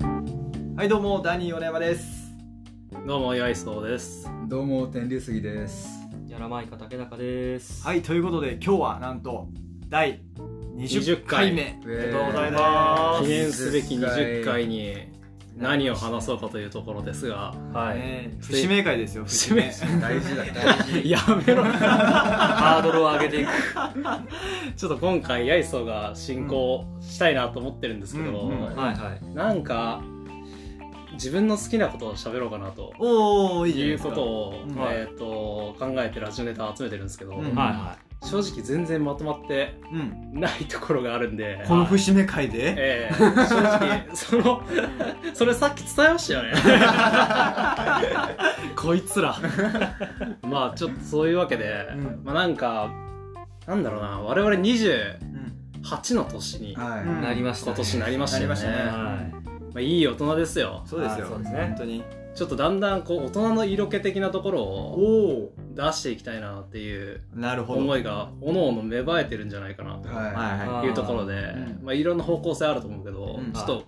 はいどうもダニー米山ですどうも、やいそうです。どうも天竜杉です。やらまいか竹中です。はいということで今日はなんと第20 20回回目おおめでとうございま記す、え念すべき20回に何を話そううかというところですが、はい。ね節目会ですよ節目節大事だね。やめろ。ハードルを上げていく。ちょっと今回、やいそうが進行したいなと思ってるんですけど、うんうんはいはい。なんか、自分の好きなことを喋ろうかなと。おおいいじゃないでいうすかことを、うんえー、と考えてラジオネタ集めてるんですけうど、んはいは正直全然まとまってうんないところがあるんで、この節目会で、えー正直そのそれさっき伝えましたよね こいつらまあちょっとそういうわけで、うんまあなんかなんだろうな我々28うんの年に今はうんい。なりました、ね。年になりましたよなりねましたねはい。まあ、いい大人ですよそうですよあそうですね本当にちょっとだんだんこう大人の色気的なところをおお出していきたいなっていうなるほど思いがおのおの芽生えてるんじゃないかなとい。ははいはあいうところでうんまあ、いろんな方向性あると思うけど、うんちょっと,、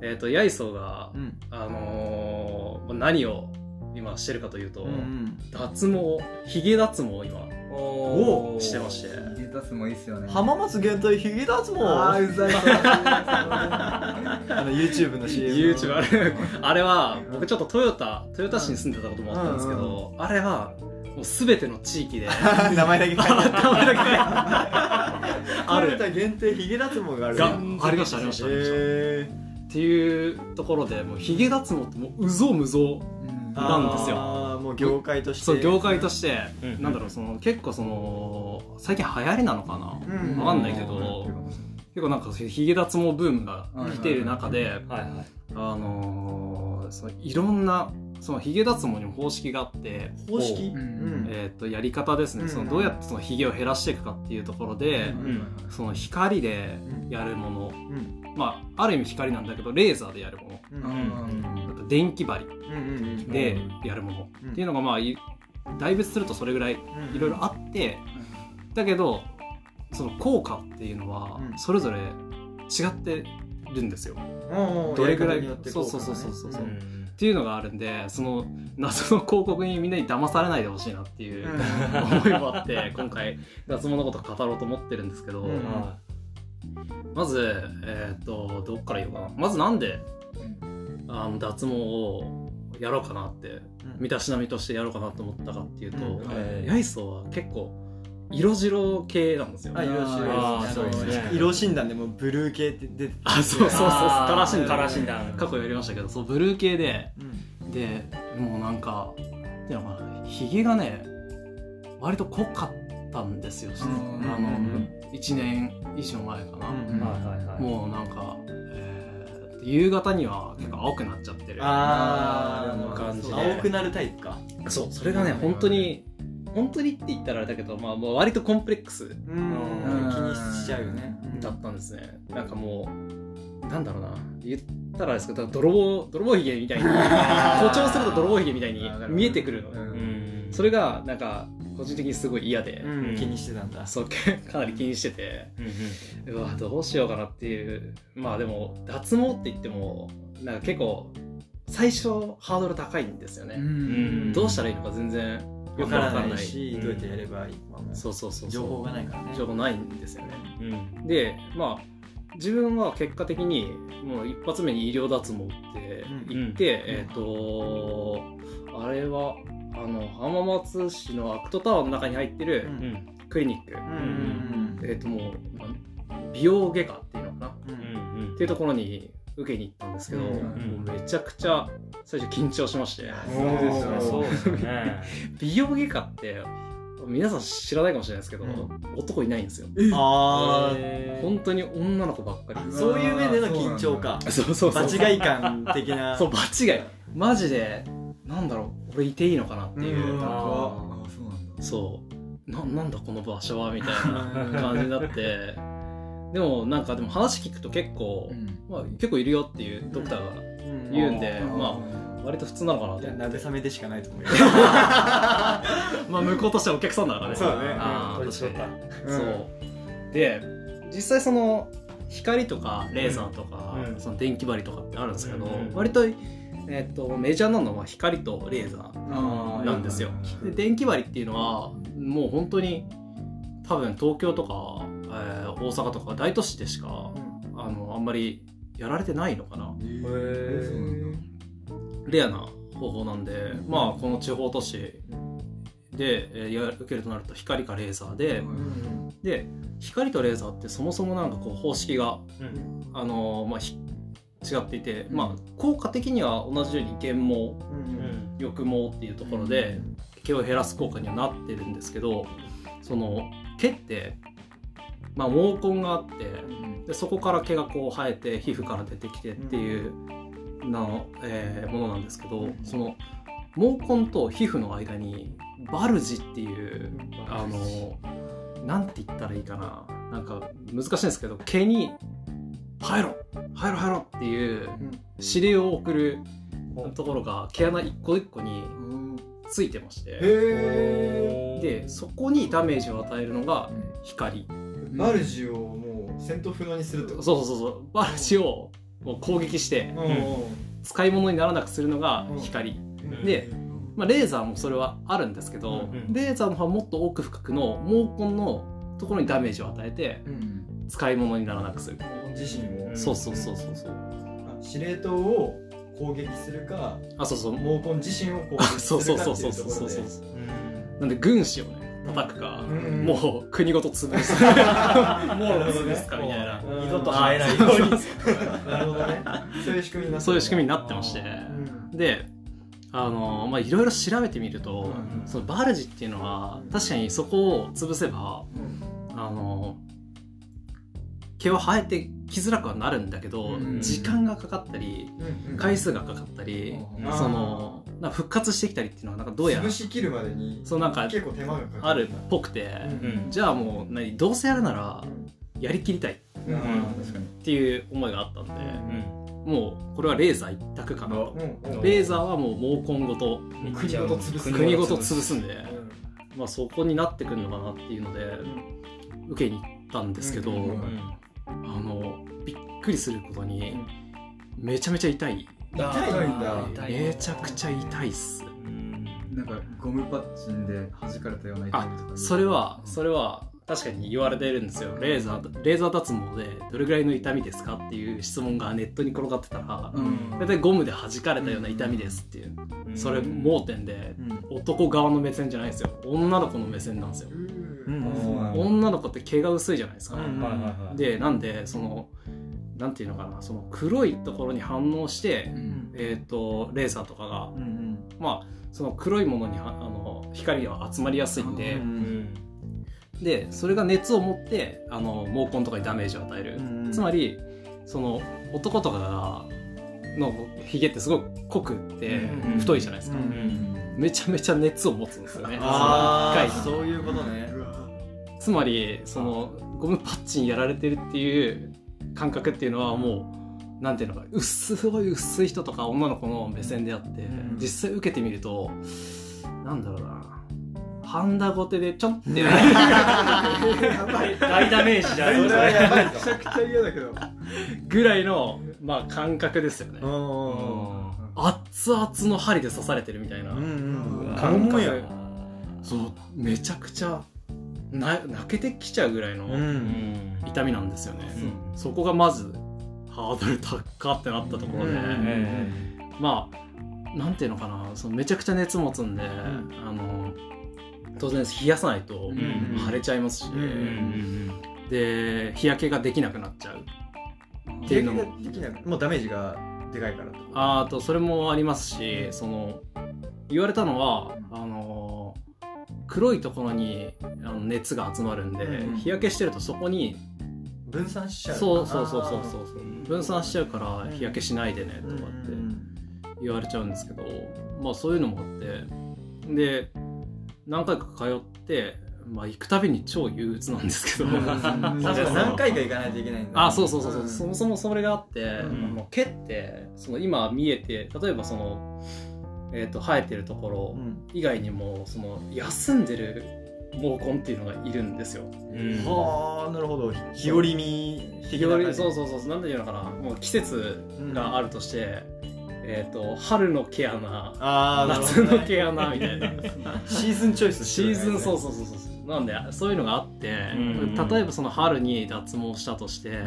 えー、とヤイソーがいうんあのー、何を今してるかというと、うんうん脱毛ひげ脱毛を今おおーしてましてい。入れ出すもいいっすよね。浜松限定ヒゲ脱毛ああうざいそう。 あの YouTube の CM の YouTube あれあれは僕ちょっとトヨタ豊田市に住んでたこともあったんですけど、あれはもう全ての地域 で名前だけ書いてあ頭だけあるるた限定ヒゲ脱毛があるがありましたありましたありましたへっていうところでもうひげ脱毛ってもううぞうむぞううんーなんですよあーもう業界としてそう業界として、うんなんだろうその結構その最近流行りなのかな、うんわかんないけど結構なんかひげ脱毛ブームが来てる中で、はいはい。あのーそのいろんなそのヒゲ脱毛にも方式があって方式うんえー、とやり方ですね、うんそのどうやってそのヒゲを減らしていくかっていうところで、んその光でやるもの、うんまあ、ある意味光なんだけどレーザーでやるもうのんううんんあと電気針うんでやるもの、うんっていうのがまあい大別するとそれぐらいうんいろいろあってだけどその効果っていうのはうんそれぞれ違ってるんですよ。うんうんどれぐらいやり方によって効果がねそうそうそうそううんっていうのがあるんでその謎の広告にみんなに騙されないでほしいなっていううん思いもあって今回脱毛のこと語ろうと思ってるんですけど、うんはまず、えっとどっから言おうかなまずなんであの脱毛をやろうかなって身だしなみとしてやろうかなと思ったかっていうと、うんえーヤイソーは結構色白系なんですよ、あ色あー白いそうですね色診断でもブルー系って出てあそうそうそうあーからしんだからしんだ過去やりましたけどそうブルー系でうんでもうなんかっていうのかなひげがね割と濃かったんですよ、んあうの、ん1年以上前かな、うんいはいはい。もうなんか、えー夕方には結構青くなっちゃってる、ああのあ感じで青くなるタイプかそうそれがね本当に本当にって言ったらあれだけど、まあ、もう割とコンプレックスうん気うんにしちゃうよねうんだったんですねなんかもうなんだろうな言ったらあれですけど泥棒泥棒ひげみたいに誇張すると泥棒ひげみたいに見えてくるの、うんうん。それがなんか個人的にすごい嫌で、うん気にしてたんだそうけかなり気にしててうんううん。わどうしようかなっていうまあでも脱毛って言ってもなんか結構最初ハードル高いんですよね、んどうしたらいいのか全然よわくかわらかんなないいし、うんどうやってやればいいかもそうそうそうそう情報がないからね情報ないんですよねうん。でまあ自分は結果的にもう一発目に医療脱毛って言って、うんえっ、とあれはあの浜松市のアクトタワーの中に入ってるうんうん。クリニック、うんうんえっ、ともうなん美容外科っていうのかなっうんううんん。ていうところに受けに行ったんですけど、うんもうめちゃくちゃ最初緊張しましてそうですよそうですよね。美容外科って皆さん知らないかもしれないですけど、うん男いないんですよあーえー本当に女の子ばっかりうそういう上での緊張かそうそうそう場違い感的なそう場違いマジでなんだろう俺いていいのかなっていう、うんああそうなんだ。そうななんだこの場所はみたいな感じにな ってでもなんかでも話聞くと結構、まあ、結構いるよっていうドクターがうん言うんいで、まあ割と普通なのかなとや思って慰めでしかないと思うよまあ向こうとしてはお客さんだからねそうだねあーうん取り締まったそうで実際その光とかレーザーとか、うんその電気針とかってあるんですけど、うん割と,、えっとメジャーなのは光とレーザーあーなんですよ。で電気針っていうのはもう本当に多分東京とか、えー大阪とか大都市でしかあのあんまりやられてないのかなへへえそうなんだーレアな方法なんで、まあこの地方都市で、えーや受けるとなると光かレーザーで、うんで光とレーザーってそもそもなんかこう方式がうんあのまあひ違っていて、まあ効果的には同じように減毛うん抑毛っていうところで毛を減らす効果にはなってるんですけどその毛って、まあ、毛根があってでそこから毛がこう生えて皮膚から出てきてっていうの、えーものなんですけどその毛根と皮膚の間にバルジっていうあのなんて言ったらいいかななんか難しいんですけど毛に「入ろ入ろ入ろ」っていう指令を送るところが毛穴一個一個についてましてへえでそこにダメージを与えるのが光バルジをもう戦闘不能にするってそうことそうそうそうバルジをもう攻撃してうん使い物にならなくするのがう光、んでまあ、レーザーもそれはあるんですけど、うんうんレーザーの方はもっと奥深くの毛根のところにダメージを与えてうん使い物にならなくする、自身もうんそうそうそうそうそうあ司令塔を攻撃するかあそうそう毛根自身を攻あ撃すそうそるうかそうっていそううとそうこそろうでなんで軍師をね叩くか、うんもう国ごと潰すもう潰すかみたいなうん二度と会えないようになるほどねそういう仕組みになってるんだそういう仕組みになってましてうんであのまあいろいろ調べてみると、うんそのバルジっていうのは確かにそこを潰せばあの毛は生えてきづらくはなるんだけど、うん時間がかかったりうんうん回数がかかったり、あーそのなんか復活してきたりっていうのはなんかどうやら潰し切るまでにそうなんか結構手間がかかるあるっぽくて、うんじゃあもう何どうせやるならやりきりたいっうんううんん確かにていう思いがあったんで、うんもうこれはレーザー一択かなと、うんうんレーザーはもう毛根ごと国ごと潰す国ごと潰すんうで、んまあ、そこになってくるのかなっていうので、受けに行ったんですけど、うんうんうんうんあのびっくりすることに、めちゃめちゃ痛い痛いんだあー痛いめちゃくちゃ痛いっすうんなんかゴムパッチンで弾かれたような痛あみとかそれはそれは確かに言われてるんですよレーザーレーザー脱毛でどれぐらいの痛みですかっていう質問がネットに転がってたらうん大体ゴムで弾かれたような痛みですっていうそれ盲点で男側の目線じゃないんですよ女の子の目線なんですようんうんそうなんだ女の子って毛が薄いじゃないですかはいはいはいでなんでそのなんていうのかなその黒いところに反応してうんえー、とレーザーとかが、うんまあ、その黒いものにはあの光は集まりやすいんうで,、んでそれが熱を持ってあの毛根とかにダメージを与える、うんつまりその男とかのヒゲってすごく濃くってうん太いじゃないですか、うんめちゃめちゃ熱を持つんですよねあそあのそういうことねうわ回つまりそのゴムパッチンやられてるっていう感覚っていうのはもうなんていうのか薄い薄い人とか女の子の目線であって、ん実際受けてみるとなんだろうなハンダゴテでちょんって 大ダメージじゃないそのれそはれやばいめちゃくちゃ嫌だけどぐらいの、まあ、感覚ですよね、うん熱々の針で刺されてるみたいな、うんわ頼むよそのめちゃくちゃな泣けてきちゃうぐらいのうん痛みなんですよね、うそこがまずハードル高ってなったところで、うんまあなんていうのかなそのめちゃくちゃ熱持つんで、あの当然冷やさないとうんうん腫れちゃいますし、うんうんで日焼けができなくなっちゃうっていうのも経験ができないもうダメージがでかいからってことあーとそれもありますしその言われたのはあの黒いところにあの熱が集まるんで、うんうん日焼けしてるとそこに分散しちゃうそうそうそうそうそうう分散しちゃうから日焼けしないでねとかって言われちゃうんですけど、まあそういうのもあってで何回か通って、まあ、行くたびに超憂鬱なんですけど、確かに何回か行かないといけないんだ あそうそうそうそう、うんそもそもそれがあって、んもう毛ってその今見えて例えばその、えー、と生えてるところ以外にもその休んでる毛根っていうのがいるんですよ。うんはあなるほど日和見的な感じそうそうそうそうなんていうのかなもう季節があるとして、えっ、と春の毛穴ああなるほ夏どねの毛穴みたいな シーズンチョイスシーズンそうそそうそうそうなんでそういうのがあって、うん例えばその春に脱毛したとして、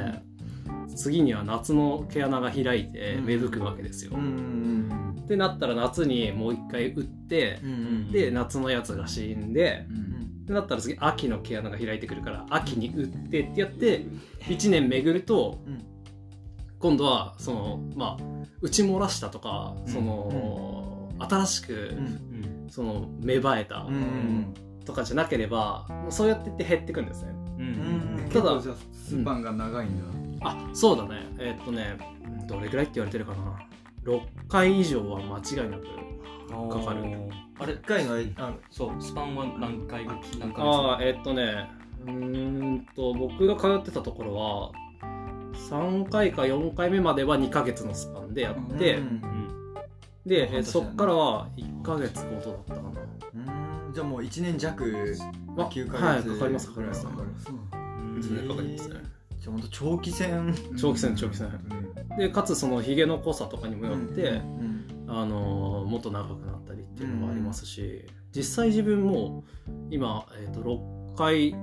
次には夏の毛穴が開いてうん芽吹くわけですよ、うんうんってなったら夏にもう一回打ってうんう、んで夏のやつが死んでううんんってなったら次秋の毛穴が開いてくるから秋に打ってってやって1年巡ると、うん今度はそのまあ打ち漏らしたとかうんその、新しくその芽生えたうんうんとかじゃなければ、もうそうやってって減ってくんですね。うんたただだじゃあスパンが長いんだ、あそうだねえーっとねどれぐらいって言われてるかな6回以上は間違いなくかかるあれ一回のあのそうスパンは何回何ヶ月ああえーっとねうーんと僕が通ってたところは3回か4回目までは2ヶ月のスパンでやって、うん半年で、えーだねそっからは1ヶ月ごとだったかなうんじゃあもう1年弱まあ9ヶはい月かかりますかかりますかかるそうなんだうん一年かかりますねじゃあほんと長期戦長期戦長期戦でかつそのひげの濃さとかにもよって、うんあのーもっと長くなったりっていうのもありますし、実際自分も今、えー、と6回医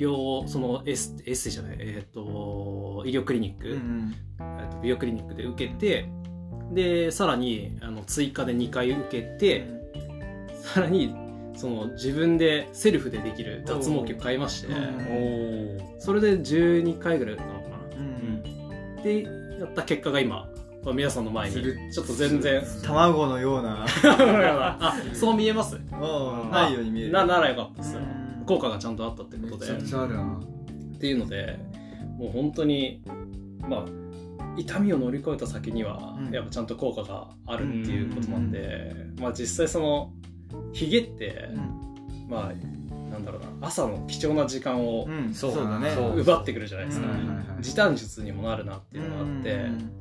療そのエスエステじゃない、えー、と医療クリニック、うんえーと美容クリニックで受けてでさらにあの追加で2回受けて、さらにその自分でセルフでできる脱毛器を買いまして、うんおそれで12回ぐらい打ったのかうおんなでやった結果が今まあ皆さんの前するにちょっと全然 卵のようなあそう見えますうんないように見えるなならよかったですようん効果がちゃんとあったってことめでちゃくちゃあるなっていうのでもう本当にまあ痛みを乗り越えた先には、うんやっぱちゃんと効果があるっていうことなんで、まあ実際そのひげって、うんまあなんだろうな朝の貴重な時間をうんそそううだねそう奪ってくるじゃないですか、うん時短術にもなるなっていうのがあって、う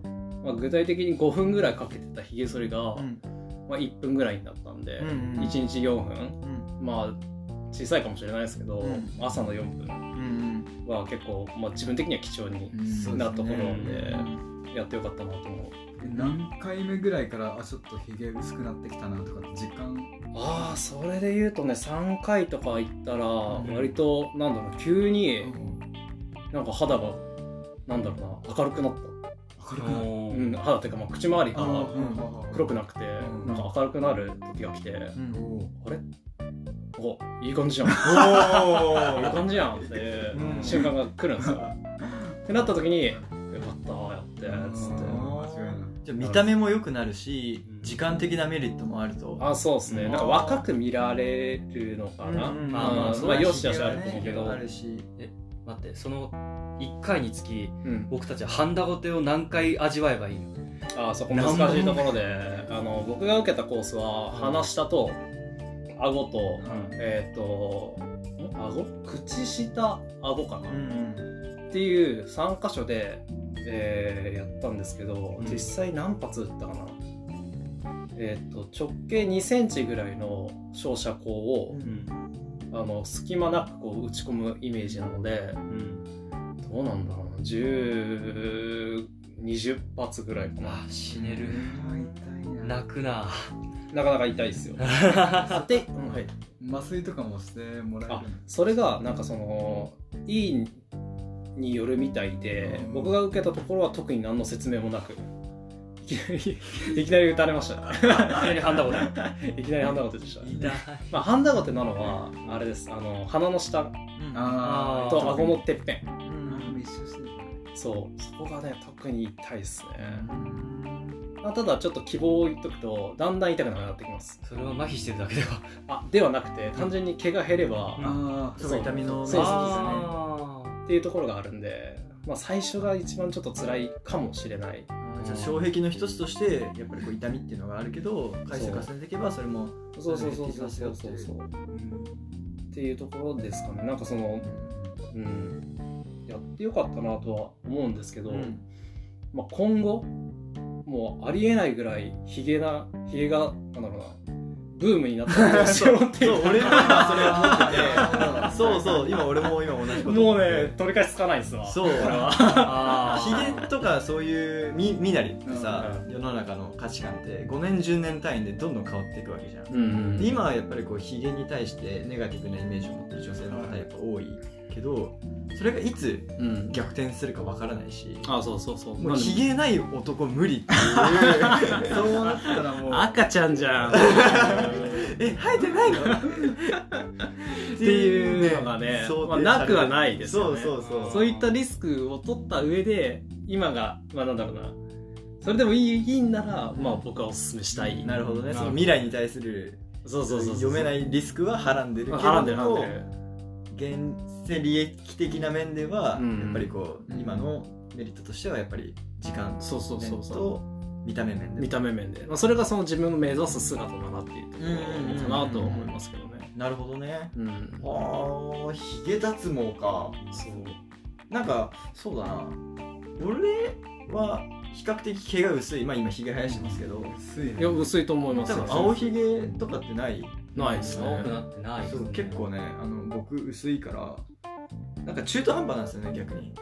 んまあ、具体的に5分ぐらいかけてたひげ剃りが、うんまあ、1分ぐらいになったんで、うんうん1日4分うんまあ小さいかもしれないですけど、うん朝の4分うんは結構、まあ、自分的には貴重にうんそうなところでうんやってよかったなと思う。え何回目ぐらいからあちょっとひげ薄くなってきたなとかって実感ああそれで言うとね3回とか行ったらん割と、なんだろう急になんか肌がなんだろうな明るくなった、明るくなるおうん、肌っていうか、まあ、口周りあがー黒くなくてんなんか明るくなる時が来て、うんおーあれおいい感じじゃんいいお感じやんっていう瞬間が来るんですよ。ってなった時に「よかったやって」つって。あー間違いないじゃあ見た目も良くなるし時間的なメリットもあるとあそうですねなんか若く見られるのかな、うんうんまあまあまあよしよしあると思うけど、あるし待ってその1回につきうん、僕たちはハンダゴテを何回味わえばいいのあそこ難しいところであの僕が受けたコースは鼻下と顎とえっ、とん顎口下顎かな、うんっていう3箇所で、えーやったんですけど、うん実際何発打ったかなえっ、と直径2センチぐらいの照射光を、あの隙間なくこう打ち込むイメージなのでうんどうなんだろうな1020発ぐらいかなあ死ねるあー痛いな泣くななかなか痛いですよで、はい、麻酔とかもしてもらえるあそれがなんかそのいいによるみたいで、うん僕が受けたところは特に何の説明もなくいきなり いきなり打たれましたいきなりハンダゴテいきなりハンダゴテでした、痛いまあ、ハンダゴテなのはあれですあの鼻の下あーと顎のてっぺんうん一緒してるそうそこがね特に痛いですね、うんまあ、ただちょっと希望を言っとくとだんだん痛くなくなってきますそれは麻痺してるだけではあではなくて単純に毛が減れば、うんあそうか痛みのそうそうそうあっていうところがあるんで、まあ、最初が一番ちょっと辛いかもしれないじゃあ障壁の一つとしてやっぱりこう痛みっていうのがあるけど回数重ねていけばそれもそうそうそうそうそうそうそうっていうところですかねなんかその、うん、やってよかったなとは思うんですけど、うんまあ、今後もうありえないぐらいヒゲなヒゲがなんだろうなブームになったらどうしようってい そうう俺も今それ思あっててそうそう今俺も今同じことも思うってね取り返しつかないんですわそうこれはあヒゲとかそういうみ身なりってさ、う世の中の価値観って5年10年単位でどんどん変わっていくわけじゃん、うんうんで今はやっぱりこうヒゲに対してネガティブなイメージを持ってる女性の方やっぱ多いけどそれがいつうん逆転するかわからないしあそうそうそうもうなんでヒゲない男無理って いうそうなったらもう赤ちゃんじゃんっえ生えてないのってていうのがね想定まさあ、れるなくはないですよねそうそうそうそういったリスクを取った上で今がまあなんだろうなそれでもいいいいんなら、まあ、僕はおすすめしたいなるほどねなその未来に対するそうそうそうそう読めないリスクははらんでるけまれどあはらんでるはらんでる現世利益的な面では、うんやっぱりこう、うん今のメリットとしてはやっぱり時間そうそう面そうそうと見た目面で見た目面で、まあ、それがその自分の目指す姿だなっていうところかなとは思いますけどねなるほどねうんあーひげ脱毛かそうなんかそうだな俺は比較的毛が薄いまあ今ひげ生やしてますけど薄いいやね薄いと思います多よ分青ひげとかってないないですね青くなってないそう結構ねあの僕薄いからなんか中途半端なんですよね逆に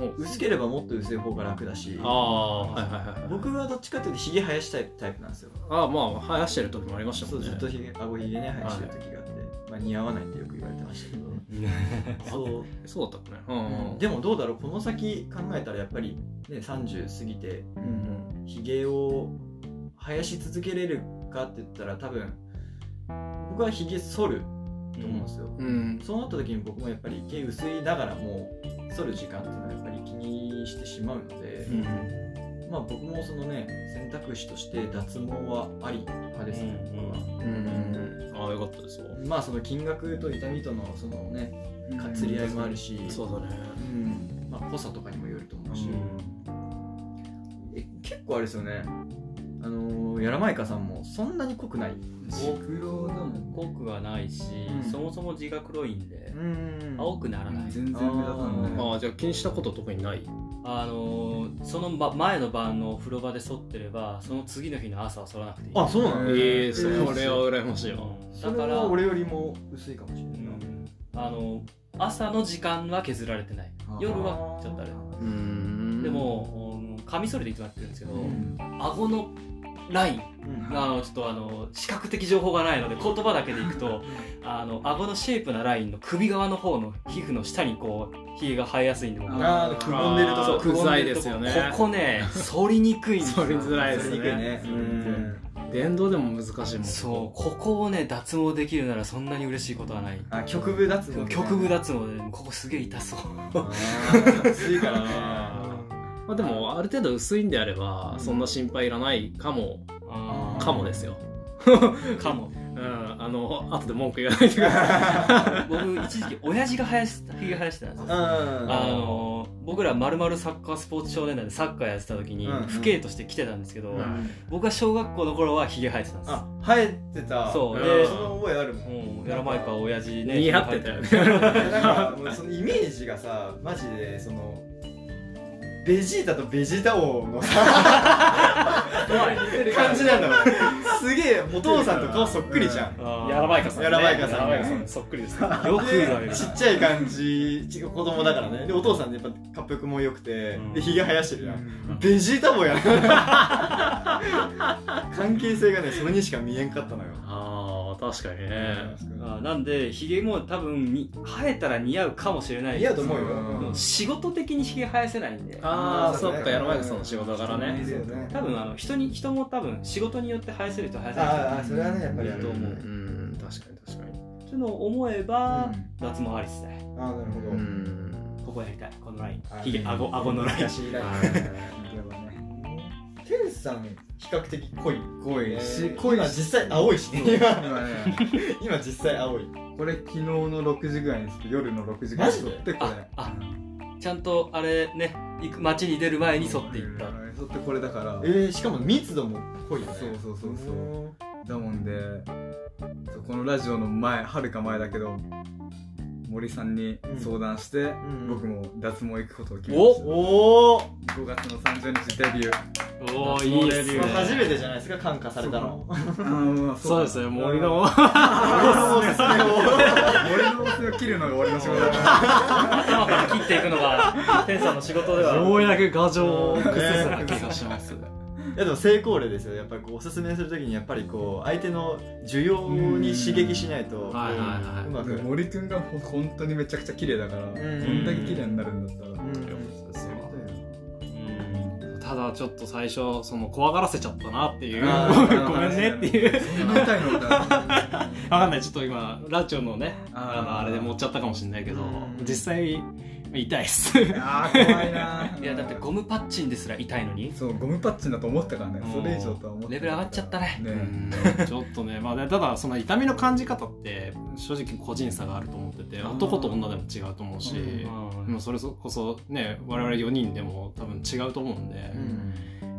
お薄ければもっと薄い方が楽だしああはいはいはいはい僕はどっちかっていうとひげ生やしたいタイプなんですよああまあ生やしてる時もありましたそもうんねずっとひげ顎ひげね生やしてる時があって、まあ、似合わないってよく言われてましたけど そう、そうだったっけねうんでもどうだろうこの先考えたらやっぱり、ね、30過ぎてうんひげを生やし続けれるかって言ったら多分僕はひげ剃ると思うんですよ、うんそうなった時に僕もやっぱり毛薄いながらも剃る時間っていうのはやっぱり気にしてしまうので、うんまあ僕もそのね選択肢として脱毛はあり派ですね、うん僕は。うんああよかったですよまあその金額と痛みとのそのねかつり合いもあるし、そうだねうんまあ、濃さとかにもよると思うし、え結構あれですよねあのー、やらまいかさんもそんなに濃くないシクロだもん濃くはないし、うんそもそも字が黒いんで、ん青くならない、全然目立たんねああじゃあ気にしたこと特にないあのーそのば前の晩のお風呂場で剃ってればその次の日の朝は剃らなくていいあそうなの、えへーえそれは羨ましいようんそだれかはら俺よりも薄いかもしれうないな、んあの朝の時間は削られてないあー夜はちょっとあれうんでも、うんカミソリでいつもやってるんですけど、うん顎のラインうんがあのちょっとあの視覚的情報がないので言葉だけでいくとあの顎のシェイプなラインの首側の方の皮膚の下にこうひげが生えやすいんで僕ああーくぼんでるとあーこくざいですよねここね反りにくいんですよ反りづらいですねそれにくいねうん電動でも難しいもんそうここをね脱毛できるならそんなに嬉しいことはないあ局部脱でも毛局部脱毛でここすげえ痛そう毛薄いからねあーまあでもある程度薄いんであればそんな心配いらないかもあかもですよーかもうんあの後で文句言わないでください僕一時期親父が生やしひげ生やしてたんですうよんあの僕らまるまるサッカースポーツ少年団でサッカーやってた時にうんうん父兄として来てたんですけど、うん僕は小学校の頃はひげ生えてたんですあ生えてたそうねでその覚えある もんもうやらまいか親父ね似合ってた よねなんかもうそのイメージがさマジでそのベジータとベジータ王のさ感じなんだもん すげえお父さんと顔そっくりじゃん、あーやらばいかさん、ね、やらばいかさんやらばいかさんそっくりですねよく言わでれるちっちゃい感じち子供だからねでお父さんでやっぱかっこよくもよくて、うんでひげ生やしてるじゃん、うんベジータ王やん関係性がねそれにしか見えんかったのよ、ああ確かにねあーなんでひげも多分に生えたら似合うかもしれないいやと思うよ、うんでも仕事的にひげ生やせないんでああそそうっだねかやらばいかさんの仕事だからねそうだね多分あの人に人も多分仕事によって生やせる人は生やせないああそれはねやっぱりあると思う、ん確かに確かに人っていうのを思えば、脱毛ありっすねああなるほど、うんここやりたいこのラインあーひげ顎顎のライン難しいラインテンさん比較的濃い濃いし濃今いし実際青いしね今ね 今実際青いこれ昨日の6時ぐらいにして夜の6時ぐらいに撮ってこれああちゃんとあれね行く街に出る前に沿っていっうた、ん沿ってこれだからえー、しかも密度も濃いよねそうそうそうそううだもんでそうこのラジオの前はるか前だけど森さんに相談して、ん僕も脱毛行くことを決めましたおおー5月の30日デビューおーいいっすねまあ初めてじゃないですか感化されたのあーまあそうだですね森の俺のお世を切るのが俺の仕事だから頭から切っていくのが天さんの仕事ではようやく牙城を崩せたね気がしますいやでも成功例ですよやっぱりこうおすすめするときにやっぱりこう相手の需要に刺激しないとこうはいはいはいうまく森くんがほ本当にめちゃくちゃ綺麗だから、こんだけ綺麗になるんだったら、ただちょっと最初その怖がらせちゃったなっていうあーごめんねっていうそんな痛いのだ分かんないちょっと今ラジオのねああーのあれで持っちゃったかもしれないけどうん実際痛いっすあー怖いないやだってゴムパッチンですら痛いのにそうゴムパッチンだと思ったからねそれ以上とは思ってなかたレベル上がっちゃったねうんちょっとねまあねただその痛みの感じ方って正直個人差があると思っててあー男と女でも違うと思うしもうそれこそね我々4人でも多分違うと思うんで、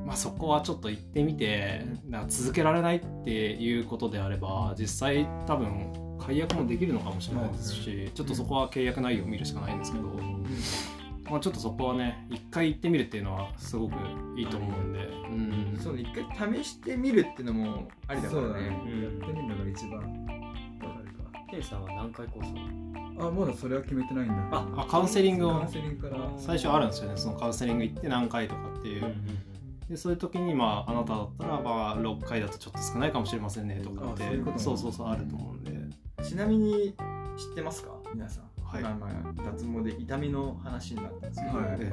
まあ、そこはちょっと行ってみて、な続けられないっていうことであれば実際多分解約もできるのかもしれないですし、ちょっとそこは契約内容を見るしかないんですけど、まあ、ちょっとそこはね一回行ってみるっていうのはすごくいいと思うんで、うんそう一回試してみるっていうのもありだかそらうだね、ねうんやってみるのが一番わかるか天さんは何回こそあまだそれは決めてないんだああカウンセリングをカウンセリングから最初あるんですよねそのカウンセリング行って何回とかっていう、でそういう時に、まあ、あなただったら、まあ、6回だとちょっと少ないかもしれませんねとかってあそういうことねそうそうそうあると思うんで。ちなみに知ってますか皆さんはいまあまあ脱毛で痛みの話になったんですけど、はいで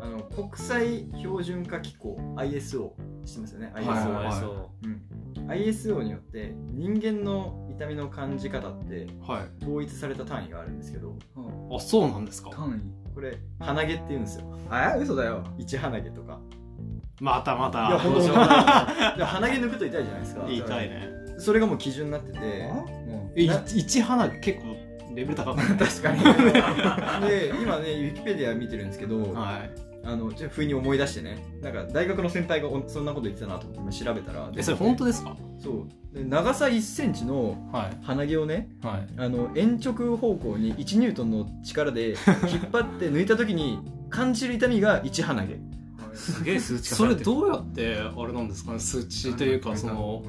あの国際標準化機構 ISO 知ってますよね ISO、はいはいそうそううん、ISO によって人間の痛みの感じ方ってはい、統一された単位があるんですけどあそうなんですか単これ鼻毛って言うんですよ位あ嘘だよ一鼻毛とかまたまたいやほんとどうしようもでも鼻毛抜くと痛いじゃないですか 痛いねそれがもう基準になっててもえいな一花結構レベル 高くない確か にで今ねウィキペディア見てるんですけど、はいあのちょっと不意に思い出してねなんか大学の先輩がおそんなこと言ってたなと思って今調べたらえそれ本当ですかそうで長さ1センチのはい鼻毛をねはいあの鉛直方向に1ニュートンの力で 引っ張って抜いた時に感じる痛みが1鼻毛うすげえ数値化それうどうやってあれなんですかね数値というかその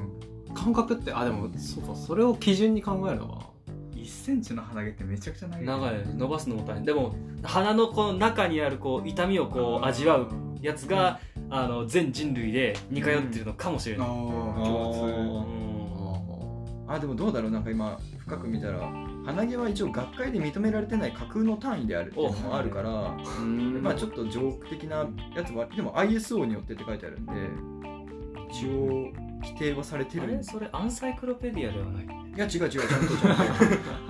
感覚ってあでもそうかそれを基準に考えるのか1センチの鼻毛ってめちゃくちゃ長い長い伸ばすのも大変でも鼻のこの中にあるこう痛みをこう味わうやつがあの全人類で似通ってるのかもしれあない、ーあ共なあでもどうだろうなんか今深く見たら鼻毛は一応学会で認められてない架空の単位であるっていうのもあるから、うんまあちょっとジョーク的なやつはでも ISO によってって書いてあるんで一応規定はされてあるんれですそれアンサイクロペディアではないいや違う違うちゃんとちゃんと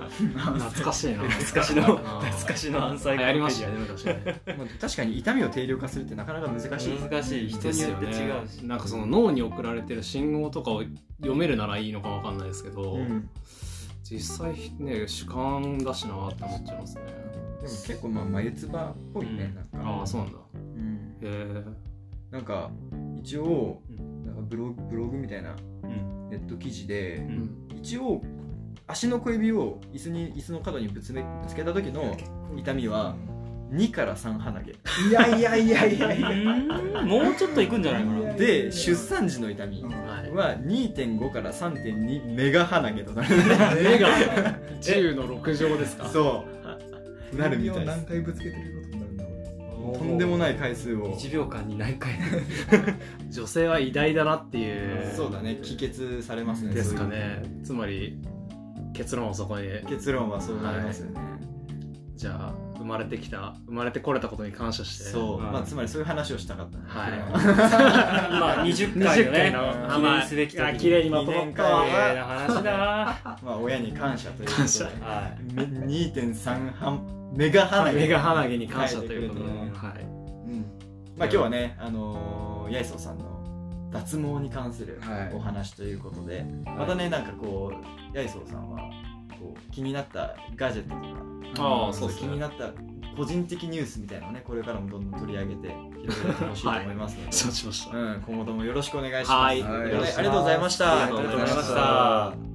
懐かしいな懐かしの懐かしのアンサイクロペディアやりましたよね昔ねまあ確かに痛みを定量化するってなかなか難しいですね難しい人によって違でうし、すよねなんかその脳に送られてる信号とかを読めるならいいのかわかんないですけど、うん、でも実際ね主観だしなーって思っちゃいますね結構まあ眉唾っぽいね、うんなんかああそうなんだうんへえなんか一応うなんかブログブログみたいなうんネット記事で、ううんん一応足の小指を椅子に椅子の角にぶつめぶつけた時の痛みは2から3鼻毛通いやいやいやいやいやうんもうちょっといくんじゃないかなで出産時の痛みはいは2.5から3.2メガ鼻毛となる 目が10の6乗ですかそうなるみたい首をで何す回ぶつけてることになるんだろうねとんでもない回数を1秒間に何回女性は偉大だなっていうそうだね帰結されますねですかそういうねつまり結論はそこに結論はそうなりますよね、じゃあ生まれてきた生まれてこれたことに感謝してそう、はいまあ、つまりそういう話をしたかったねはいまあ20回の20回ねの記念すべき時あ綺麗にまとまったわ記綺麗な話だまあ親に感謝ということで感謝なはいめ2.3半メガ鼻毛目が鼻毛に感謝ということで、はいはい、うんまあ、今日はね、あのー、八重曽さんの脱毛に関するはいお話ということで、またねなんかこう八重曽さんはこう気になったガジェットとかああそそううです気にねなった個人的ニュースみたいなのをねこれからもどんどん取り上げて広げてほしいと思いますので、承知しましたうん、今後ともよろしくお願いします。はいとうことではいありがとうございました。ありがとうございました